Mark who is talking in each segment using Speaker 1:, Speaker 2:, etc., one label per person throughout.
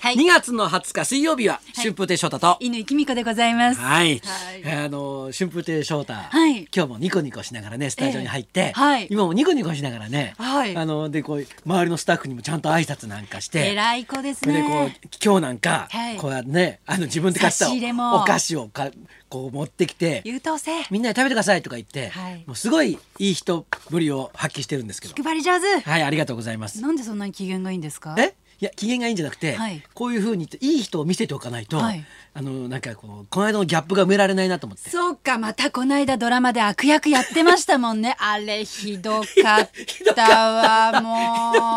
Speaker 1: はい
Speaker 2: 2月の20日水曜日は春風亭昇太と。
Speaker 1: 犬井美子でございます。
Speaker 2: はい、
Speaker 1: はい
Speaker 2: あの春風亭昇太、
Speaker 1: はい
Speaker 2: 今日もニコニコしながらねスタジオに入って、
Speaker 1: ええはい
Speaker 2: 今もニコニコしながらね、
Speaker 1: はい
Speaker 2: あのでこう周りのスタッフにもちゃんと挨拶なんかして、
Speaker 1: 偉い子です
Speaker 2: それでこう
Speaker 1: ね。
Speaker 2: 今日なんか、
Speaker 1: はい
Speaker 2: こうやってねあの自分で買っ
Speaker 1: 差し入れ
Speaker 2: た
Speaker 1: も
Speaker 2: お菓子をかこう持ってきて
Speaker 1: 優等生。
Speaker 2: みんなで食べてくださいとか言って、
Speaker 1: はい
Speaker 2: もうすごいいい人ぶりを発揮してるんですけど
Speaker 1: 気配り上手。
Speaker 2: はいありがとうございます。
Speaker 1: なんでそんなに機嫌がいいんですか。
Speaker 2: えいや機嫌がいいんじゃなくて、
Speaker 1: はい
Speaker 2: こういうふうに言っていい人を見せておかないと、
Speaker 1: はい
Speaker 2: あのなんかこうこの間のギャップが埋められないなと思って。
Speaker 1: そうか、またこの間ドラマで悪役やってましたも んね。あれひどかったわ、も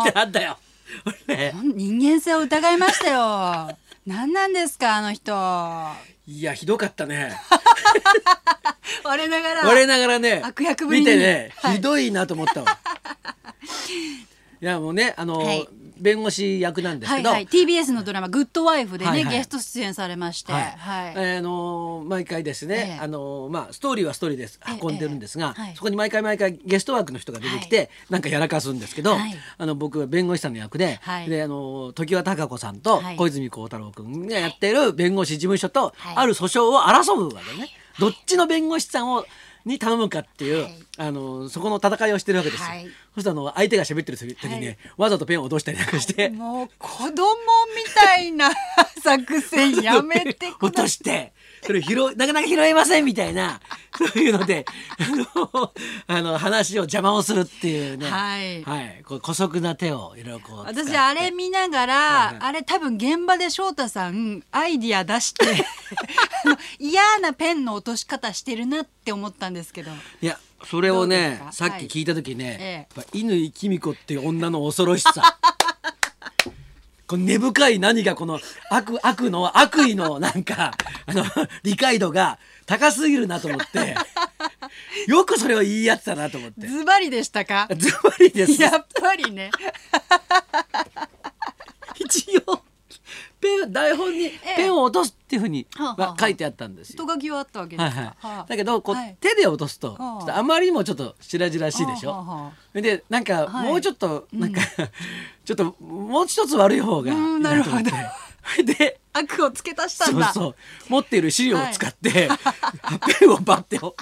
Speaker 2: ってなんだよ。俺ね
Speaker 1: う。人間性を疑いましたよ。何なんですか、あの人。
Speaker 2: いやひどかったね。
Speaker 1: 我ながら。
Speaker 2: 我ながらね
Speaker 1: 悪役ぶり
Speaker 2: 見
Speaker 1: に
Speaker 2: てね、
Speaker 1: はい
Speaker 2: ひどいなと思 ったわ。いやもうねあの、
Speaker 1: はい
Speaker 2: 弁護士役なんです
Speaker 1: は
Speaker 2: け
Speaker 1: い
Speaker 2: ど。
Speaker 1: はい、TBS のドラマ「グッドワイフ」でね、
Speaker 2: はいはい
Speaker 1: ゲスト出演されまして、はい
Speaker 2: えーあのー毎回ですね、
Speaker 1: ええ
Speaker 2: あのーまあストーリーはストーリーです
Speaker 1: ええ
Speaker 2: 運んでるんですが、
Speaker 1: ええはい
Speaker 2: そこに毎回毎回ゲストワークの人が出てきて、
Speaker 1: は
Speaker 2: なんかやらかすんですけど、
Speaker 1: はい
Speaker 2: あの僕は弁護士さんの役で、
Speaker 1: はい
Speaker 2: であのー常盤貴子さんと
Speaker 1: はい
Speaker 2: 小泉孝太郎君がやってる弁護士事務所と、
Speaker 1: はい
Speaker 2: ある訴訟を争うわけね、どっちの弁護士さんをに頼むかっていう、
Speaker 1: はい
Speaker 2: あのーそこの戦いをしてるわけですよ。
Speaker 1: はい
Speaker 2: そしたらあの相手が喋ってる時にね、
Speaker 1: はい
Speaker 2: わざとペンを落としたりなんかして、
Speaker 1: もう子供みたいな作戦やめて く
Speaker 2: 落と
Speaker 1: ださ
Speaker 2: してそれ拾いなかなか拾えませんみたい なそういうのであのあの話を邪魔をするっていうね
Speaker 1: はい
Speaker 2: こう姑息な手をいろいろこう使って
Speaker 1: 私あれ見ながら、
Speaker 2: はいはい
Speaker 1: あれ多分現場で翔太さんアイディア出して あの嫌なペンの落とし方してるなって思ったんですけど
Speaker 2: いやそれを
Speaker 1: どうで
Speaker 2: ね
Speaker 1: すか
Speaker 2: さっき聞いた時ね、
Speaker 1: ええ
Speaker 2: やっぱ乾きみ子っていう女の恐ろしさ この根深い何がこの悪悪の悪意のなんかあの理解度が高すぎるなと思 ってよくそれを言い合ってたなと思って
Speaker 1: ズバリでしたか
Speaker 2: ズバリです
Speaker 1: やっぱり ね
Speaker 2: 一応ペン台本にペンを落とすっていうふうに
Speaker 1: はあはあ
Speaker 2: は書いてあったんですよ。
Speaker 1: 人書きはあったわけで
Speaker 2: は
Speaker 1: す
Speaker 2: い
Speaker 1: か、
Speaker 2: は
Speaker 1: はい
Speaker 2: い、だけどこう、
Speaker 1: はい
Speaker 2: 手で落とすとち
Speaker 1: は
Speaker 2: ょ
Speaker 1: あ
Speaker 2: っとあまりにもちょっと白々しいでしょ。
Speaker 1: はあはあは
Speaker 2: でなんか
Speaker 1: はい
Speaker 2: もうちょっと、なんか ちょっともう一つ悪い方がいい
Speaker 1: うん
Speaker 2: なと思って
Speaker 1: なる
Speaker 2: で
Speaker 1: 悪を付け足した
Speaker 2: そ
Speaker 1: ん
Speaker 2: う
Speaker 1: だ
Speaker 2: そう持っている資料を使って、ペンをバッて落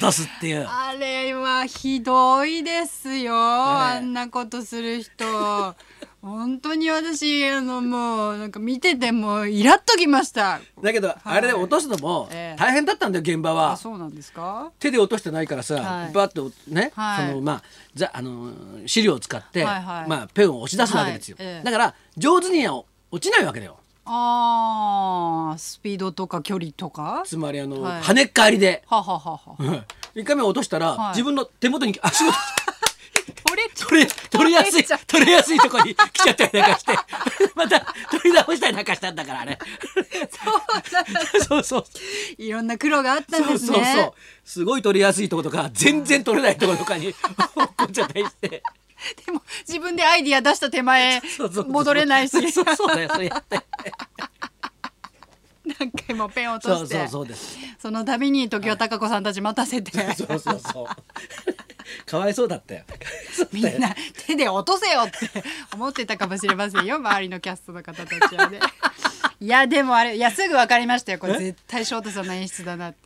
Speaker 2: とすっていう。
Speaker 1: あれはひどいですよ、
Speaker 2: はい
Speaker 1: あんなことする人本当に私あのもうなんか見ててもイラっときました
Speaker 2: だけど、あれで落とすのも
Speaker 1: ええ
Speaker 2: 大変だったんだよ現場は。
Speaker 1: あそうなんですか
Speaker 2: 手で落としてないからさ、
Speaker 1: はい
Speaker 2: バッとね、
Speaker 1: はい
Speaker 2: そのまあざあのー資料を使って、
Speaker 1: はいはい
Speaker 2: まあペンを押し出すわけですよ、
Speaker 1: はいええ
Speaker 2: だから上手には落ちないわけだよ
Speaker 1: あースピードとか距離とか
Speaker 2: つまりあの、
Speaker 1: はい
Speaker 2: 跳ねっ返りで
Speaker 1: はははは
Speaker 2: うん 一回目落としたら、
Speaker 1: はい
Speaker 2: 自分の手元に足元
Speaker 1: 取れちゃう
Speaker 2: 取れ取れやすい
Speaker 1: 取れちゃう
Speaker 2: 取れやすいとこに 来ちゃったりなんかしてまた取り直したりなんかしたんだからあれ そうそう
Speaker 1: いろんな苦労があったん
Speaker 2: そう
Speaker 1: です
Speaker 2: そうそう
Speaker 1: ね
Speaker 2: すごい取りやすいとことか全然取れないとことかに 落っこっちゃったりして。
Speaker 1: でも自分でアイディア出した手前
Speaker 2: そうそうそう
Speaker 1: 戻れないし
Speaker 2: そうそうだよそれやって
Speaker 1: 何回もペン落と
Speaker 2: そう
Speaker 1: して
Speaker 2: そうそうです
Speaker 1: その度に時代貴子さんたち待たせて、
Speaker 2: そうそうそうかわいそうだったよ
Speaker 1: みんな手で落とせよって思ってたかもしれませんよ周りのキャストの方たち はね。いやでもあれいやすぐ分かりましたよこれ絶対翔太さんの演出だなって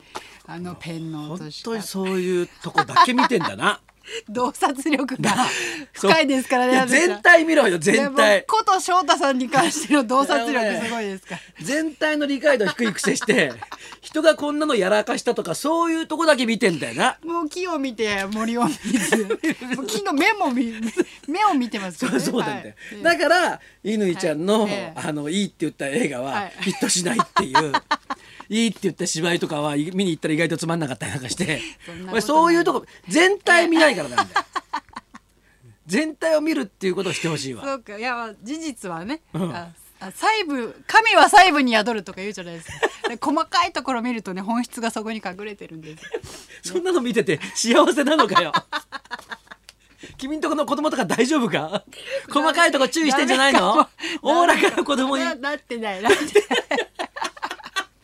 Speaker 1: あのペンの落
Speaker 2: 本
Speaker 1: とし
Speaker 2: 当に
Speaker 1: 方
Speaker 2: そういうとこだけ見てんだな
Speaker 1: 洞察力
Speaker 2: な
Speaker 1: が 深いですから
Speaker 2: い
Speaker 1: ね
Speaker 2: や全体見ろよ全体
Speaker 1: こと翔太さんに関しての洞察力すごいですから
Speaker 2: 全体の理解度低いくせして人がこんなのやらかしたとかそういうとこだけ見てんだよな
Speaker 1: もう木を見て森を見 ずもう木の目も見目を見てますから
Speaker 2: そう
Speaker 1: ね
Speaker 2: そうなんだよ、
Speaker 1: は
Speaker 2: だ
Speaker 1: い
Speaker 2: から乾ちゃんの、
Speaker 1: はいええ
Speaker 2: あのいいって言った映画
Speaker 1: は
Speaker 2: はいヒットしないって いう、い、いって言った芝居とかはい見に行ったら意外とつまんなかったりなんかして
Speaker 1: そんなことない
Speaker 2: 俺そういうとこ全体見ないからなんだよ全体を見るっていうことをしてほしいわ
Speaker 1: そうかいやまあ事実はね、
Speaker 2: うん
Speaker 1: ああ細部神は細部に宿るとか言うじゃない ですかで細かいところ見るとね本質がそこに隠れてるんです
Speaker 2: そんなの見てて幸せなのかよ君んとこの子供とか大丈夫か細かいとこ注意してんじゃないのおおらかな子供に
Speaker 1: ななってないなってない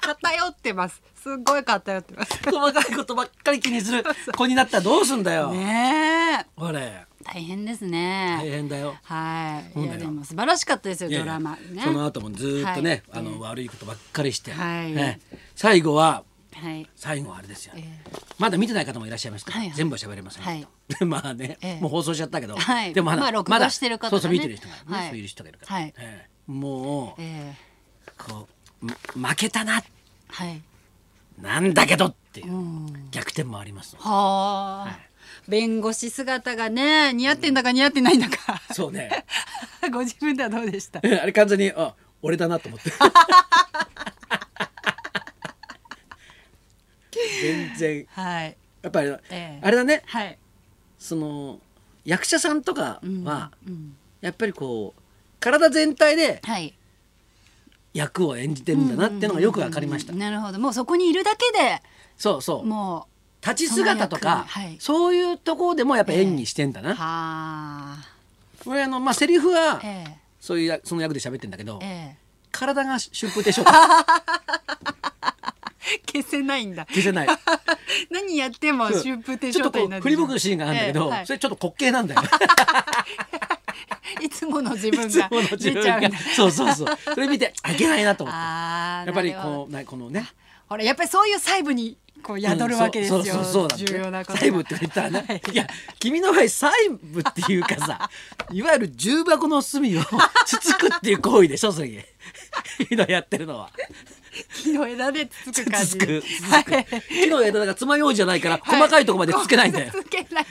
Speaker 1: 偏ってますすっごい偏 ってます
Speaker 2: 細かいことばっかり気にする子になったらどうすんだよ、
Speaker 1: ねえ
Speaker 2: 俺
Speaker 1: 大変ですね。
Speaker 2: 大変だよ
Speaker 1: はい。い
Speaker 2: そうだ
Speaker 1: や
Speaker 2: よ
Speaker 1: でも素晴らしかったですよ
Speaker 2: いやいや
Speaker 1: ドラマね。
Speaker 2: その後もずーっとね、
Speaker 1: は
Speaker 2: あ
Speaker 1: い
Speaker 2: の悪いことばっかりして、
Speaker 1: はい
Speaker 2: ね最後は
Speaker 1: はい。
Speaker 2: 最後はあれですよ、
Speaker 1: え
Speaker 2: ね
Speaker 1: え
Speaker 2: まだ見てない方もいらっしゃいました、
Speaker 1: はいはい
Speaker 2: 全部は喋れません、
Speaker 1: はい
Speaker 2: でまあね、
Speaker 1: ええ
Speaker 2: もう放送しちゃったけど、
Speaker 1: はい
Speaker 2: でもまだ、
Speaker 1: まあ録画
Speaker 2: だ
Speaker 1: してる方がね
Speaker 2: そうそう見てる人がいるね、
Speaker 1: はい
Speaker 2: そういう人がいるから、
Speaker 1: はい
Speaker 2: ええもう
Speaker 1: ええ
Speaker 2: こうま負けたな
Speaker 1: はい。。
Speaker 2: なんだけどっていううん逆転もあり ますので、
Speaker 1: は
Speaker 2: は
Speaker 1: あ。弁護士姿がね似合ってんだか似合ってないんだか。
Speaker 2: そうね
Speaker 1: ご自分ではどうでした。
Speaker 2: あれ完全にあ俺だなと思って 全然
Speaker 1: はい。
Speaker 2: やっぱり、
Speaker 1: ええ
Speaker 2: あれだね
Speaker 1: はい。
Speaker 2: その役者さんとか
Speaker 1: うん
Speaker 2: は、
Speaker 1: うん
Speaker 2: やっぱりこう体全体で
Speaker 1: はい。
Speaker 2: 役を演じてるんだなっていうのがよく分かりました、
Speaker 1: うんうんうんなるほど。もうそこにいるだけで
Speaker 2: そうそう
Speaker 1: も
Speaker 2: 立ち姿とか
Speaker 1: そ
Speaker 2: そ,、
Speaker 1: の役にはいう
Speaker 2: いうところでもやっぱ演技してんだ
Speaker 1: う
Speaker 2: な、
Speaker 1: はあ。
Speaker 2: これあのまあセリフは
Speaker 1: え
Speaker 2: そういうやその役で喋ってんだけど、
Speaker 1: ええ
Speaker 2: 体が春風亭昇 太
Speaker 1: え。消せないんだ。
Speaker 2: 消せない
Speaker 1: 何やっても
Speaker 2: そう
Speaker 1: 春風亭
Speaker 2: ちょっ
Speaker 1: 昇
Speaker 2: とこ
Speaker 1: 太にな
Speaker 2: う
Speaker 1: る
Speaker 2: 振り向くシーンがあるんだけど、
Speaker 1: ええはい
Speaker 2: それちょっと滑稽なんだよね
Speaker 1: いつもの自
Speaker 2: い
Speaker 1: 分
Speaker 2: つ
Speaker 1: が
Speaker 2: もの自
Speaker 1: 出
Speaker 2: 分
Speaker 1: ちゃ
Speaker 2: が
Speaker 1: うんだ。
Speaker 2: そうそうそうそれ見てあいけないなと思って
Speaker 1: ああ、
Speaker 2: やっぱり
Speaker 1: なるほど
Speaker 2: こうなこのね
Speaker 1: ほらやっぱりそういう細部にこう宿るわけですよ。
Speaker 2: うんそうそうそうそうだって
Speaker 1: 重要なことが。
Speaker 2: 細部って言ったらね、
Speaker 1: はい
Speaker 2: い、や君の場合細部っていうか さいわゆる重箱の隅を つつくっていう行為でしょそれ君のやってるのは
Speaker 1: 木の枝でつつく感
Speaker 2: つ
Speaker 1: じ。
Speaker 2: つくつ
Speaker 1: はい
Speaker 2: つく木の枝が爪楊枝じゃないから
Speaker 1: はい
Speaker 2: 細かいところまでつけないんだよ、
Speaker 1: つけない。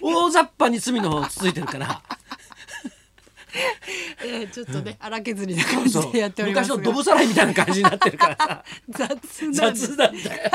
Speaker 2: 大雑把に隅の方つついてるから
Speaker 1: ええちょっとね荒削りな感じ
Speaker 2: そう
Speaker 1: でやっておりま
Speaker 2: 昔
Speaker 1: すが。
Speaker 2: のドブさらいみたいな感じになってるからさ
Speaker 1: 雑なんです
Speaker 2: 雑なんだよ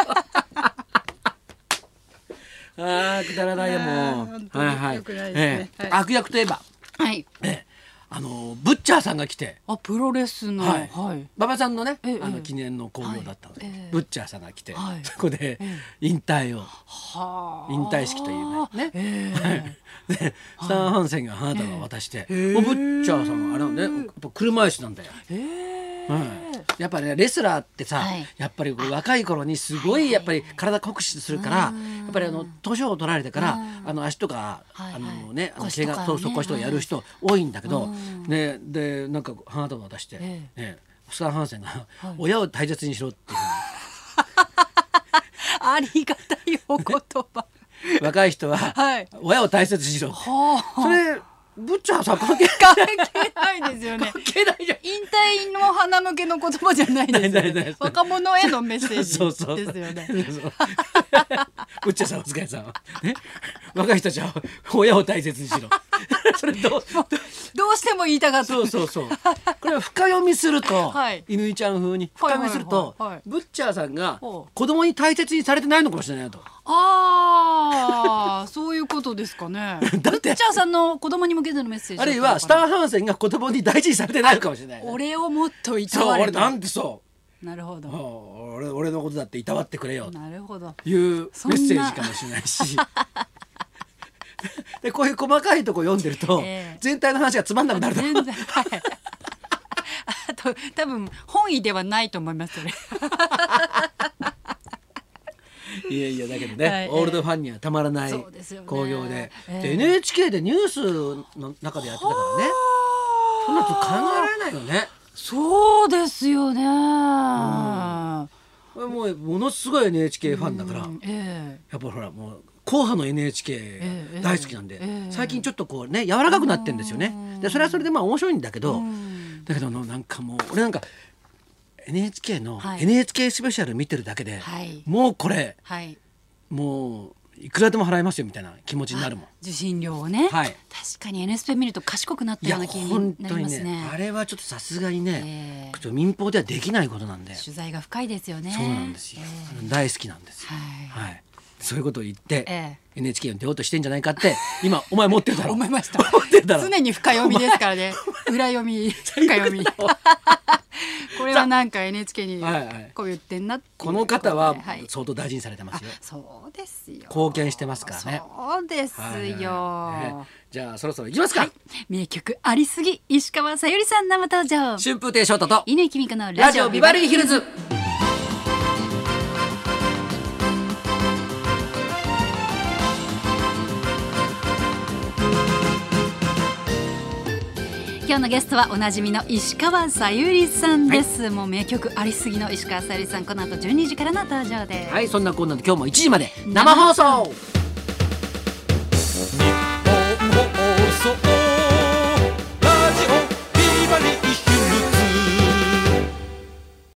Speaker 2: あーくだらないよも
Speaker 1: あー本
Speaker 2: う
Speaker 1: 当に
Speaker 2: はいはい
Speaker 1: 良くないです
Speaker 2: え
Speaker 1: ね
Speaker 2: え
Speaker 1: はい
Speaker 2: 悪役といえば
Speaker 1: はい。
Speaker 2: ええあのブッチャーさんが来て、
Speaker 1: あプロレスの
Speaker 2: はい
Speaker 1: はい。
Speaker 2: 馬場さんのね、
Speaker 1: ええ
Speaker 2: あの記念の興行だったので、
Speaker 1: はいええ
Speaker 2: ブッチャーさんが来て、
Speaker 1: はい
Speaker 2: そこで
Speaker 1: え
Speaker 2: 引退を、
Speaker 1: はあ。
Speaker 2: 引退式というね
Speaker 1: え
Speaker 2: でスタン・ハンセンが花束を渡して、
Speaker 1: ええ
Speaker 2: もうブッチャーさんはあれなんだよやっぱ車椅子なんだよ。
Speaker 1: え。ええ
Speaker 2: うんやっぱねレスラーってさ、
Speaker 1: はい
Speaker 2: やっぱりこう若い頃にすごいやっぱり体酷使するから、
Speaker 1: うん
Speaker 2: やっぱりあの年を取られてから、あの足とか、
Speaker 1: はいはい
Speaker 2: あのねあの
Speaker 1: 腰
Speaker 2: 怪
Speaker 1: とか
Speaker 2: 我そうそう
Speaker 1: ね
Speaker 2: 腰とかやる人多いんだけど、
Speaker 1: うん
Speaker 2: ねでなんか花束渡して、
Speaker 1: え
Speaker 2: ねスタンハンセンが、
Speaker 1: はい
Speaker 2: 親を大切にしろっていう
Speaker 1: ありがたいお言葉。
Speaker 2: ふうに若い人は、
Speaker 1: はい
Speaker 2: 親を大切にしろって
Speaker 1: はあ。
Speaker 2: それブッチャーさん関係
Speaker 1: 関係ないですよね。
Speaker 2: ないじゃん
Speaker 1: 引退の花向けの言葉じゃないですよ
Speaker 2: ないないない
Speaker 1: ね。若者へのメッセー
Speaker 2: そうそう。
Speaker 1: ジですよね。
Speaker 2: そうそう。うっちゃさん、お疲れさん。ね。若い人たちは親を大切にし ろ。それどう。
Speaker 1: どうしても言いたかった。
Speaker 2: そうそうそう。これを深読みすると、
Speaker 1: はい
Speaker 2: 犬ちゃん風に深読みすると、
Speaker 1: はいはいはいはい
Speaker 2: ブッチャーさんが
Speaker 1: ほ
Speaker 2: 子
Speaker 1: う
Speaker 2: 供に大切にされてないのかもしれないと。
Speaker 1: ああ、そういうことですかね。 ブ
Speaker 2: だって
Speaker 1: ッチャーさんの子供に向けてのメッセージ。
Speaker 2: あるいはスターハンセンが子供に大事にされてないのかもしれない、ね。
Speaker 1: 俺をもっといた
Speaker 2: そう、
Speaker 1: わ
Speaker 2: 俺
Speaker 1: れ
Speaker 2: な
Speaker 1: た。
Speaker 2: んでそ
Speaker 1: なるほ
Speaker 2: う。
Speaker 1: ど。
Speaker 2: お俺俺のことだっていたわってくれよ
Speaker 1: なるほど。
Speaker 2: いうメッ
Speaker 1: そんな
Speaker 2: セージかもしれないし でこういう細かいとこ読んでると、
Speaker 1: ええ
Speaker 2: 全体の話がつまんなくなるだろ
Speaker 1: 全然。はいあと多分本意ではないと思いますそれ。
Speaker 2: いやいやだけどね、
Speaker 1: はい
Speaker 2: オールドファンにはたまらない
Speaker 1: そうですよね
Speaker 2: 興行で,、
Speaker 1: ええ
Speaker 2: で NHK でニュースの中でやってたからねそんなこと考えられないよね
Speaker 1: そうですよね。
Speaker 2: 俺もうものすごい NHK ファンだから、
Speaker 1: うんええ
Speaker 2: やっぱほらもう硬派の NHK
Speaker 1: ええ
Speaker 2: が大好きなんで、
Speaker 1: ええ
Speaker 2: 最近ちょっとこうね柔らかくなってんですよね、でそれはそれでまあ面白いんだけど、
Speaker 1: うん
Speaker 2: だけどあのなんかもう俺なんか NHK の
Speaker 1: はい
Speaker 2: NHK スペシャル見てるだけで、
Speaker 1: はい
Speaker 2: もうこれ
Speaker 1: はい。
Speaker 2: もういくらでも払いますよみたいな気持ちになるもん。
Speaker 1: 受信料をね、
Speaker 2: はい
Speaker 1: 確かに NSP 見ると賢くなった
Speaker 2: いや
Speaker 1: ような気に
Speaker 2: 本
Speaker 1: な
Speaker 2: 当
Speaker 1: り
Speaker 2: に
Speaker 1: ます
Speaker 2: ね
Speaker 1: ね
Speaker 2: あれはちょっとさすがにね
Speaker 1: え、え
Speaker 2: ちょっと民放ではできないことなんで、
Speaker 1: 取材が深いですよね
Speaker 2: そうなんですよ、あの大好きなんですよ、
Speaker 1: は
Speaker 2: はいそういうことを言って、
Speaker 1: え
Speaker 2: NHK に出ようとしてんじゃないかって今お前持ってるだ ろ
Speaker 1: 思いました
Speaker 2: 持ってるだろ
Speaker 1: 常に深読みですか らね裏読み深読みこれはなんか NHK に
Speaker 2: はいはい
Speaker 1: こう言ってんなっていう
Speaker 2: この方は
Speaker 1: ことではい
Speaker 2: 相当大事にされてますよ、
Speaker 1: そうですよ
Speaker 2: 貢献してますからね
Speaker 1: そうです
Speaker 2: はいはい
Speaker 1: よ、
Speaker 2: ねじゃあそろそろ行きますか、
Speaker 1: 名曲ありすぎ石川さゆりさん生登場
Speaker 2: 春風亭昇太と
Speaker 1: 稲木美香の
Speaker 2: ラ
Speaker 1: ラ
Speaker 2: ジ
Speaker 1: ジ
Speaker 2: オ
Speaker 1: オ
Speaker 2: ビ
Speaker 1: ビ
Speaker 2: バ
Speaker 1: バ
Speaker 2: リー
Speaker 1: リー
Speaker 2: ヒ
Speaker 1: ヒ
Speaker 2: ル
Speaker 1: ル
Speaker 2: ズ
Speaker 1: ズ。
Speaker 3: 「
Speaker 1: 今日のゲストはおなじみの石川さゆりさんです、もう名曲ありすぎの石川さゆりさんこの後12時からの登場です、
Speaker 2: はいそんなこんなで今日も1時まで生放送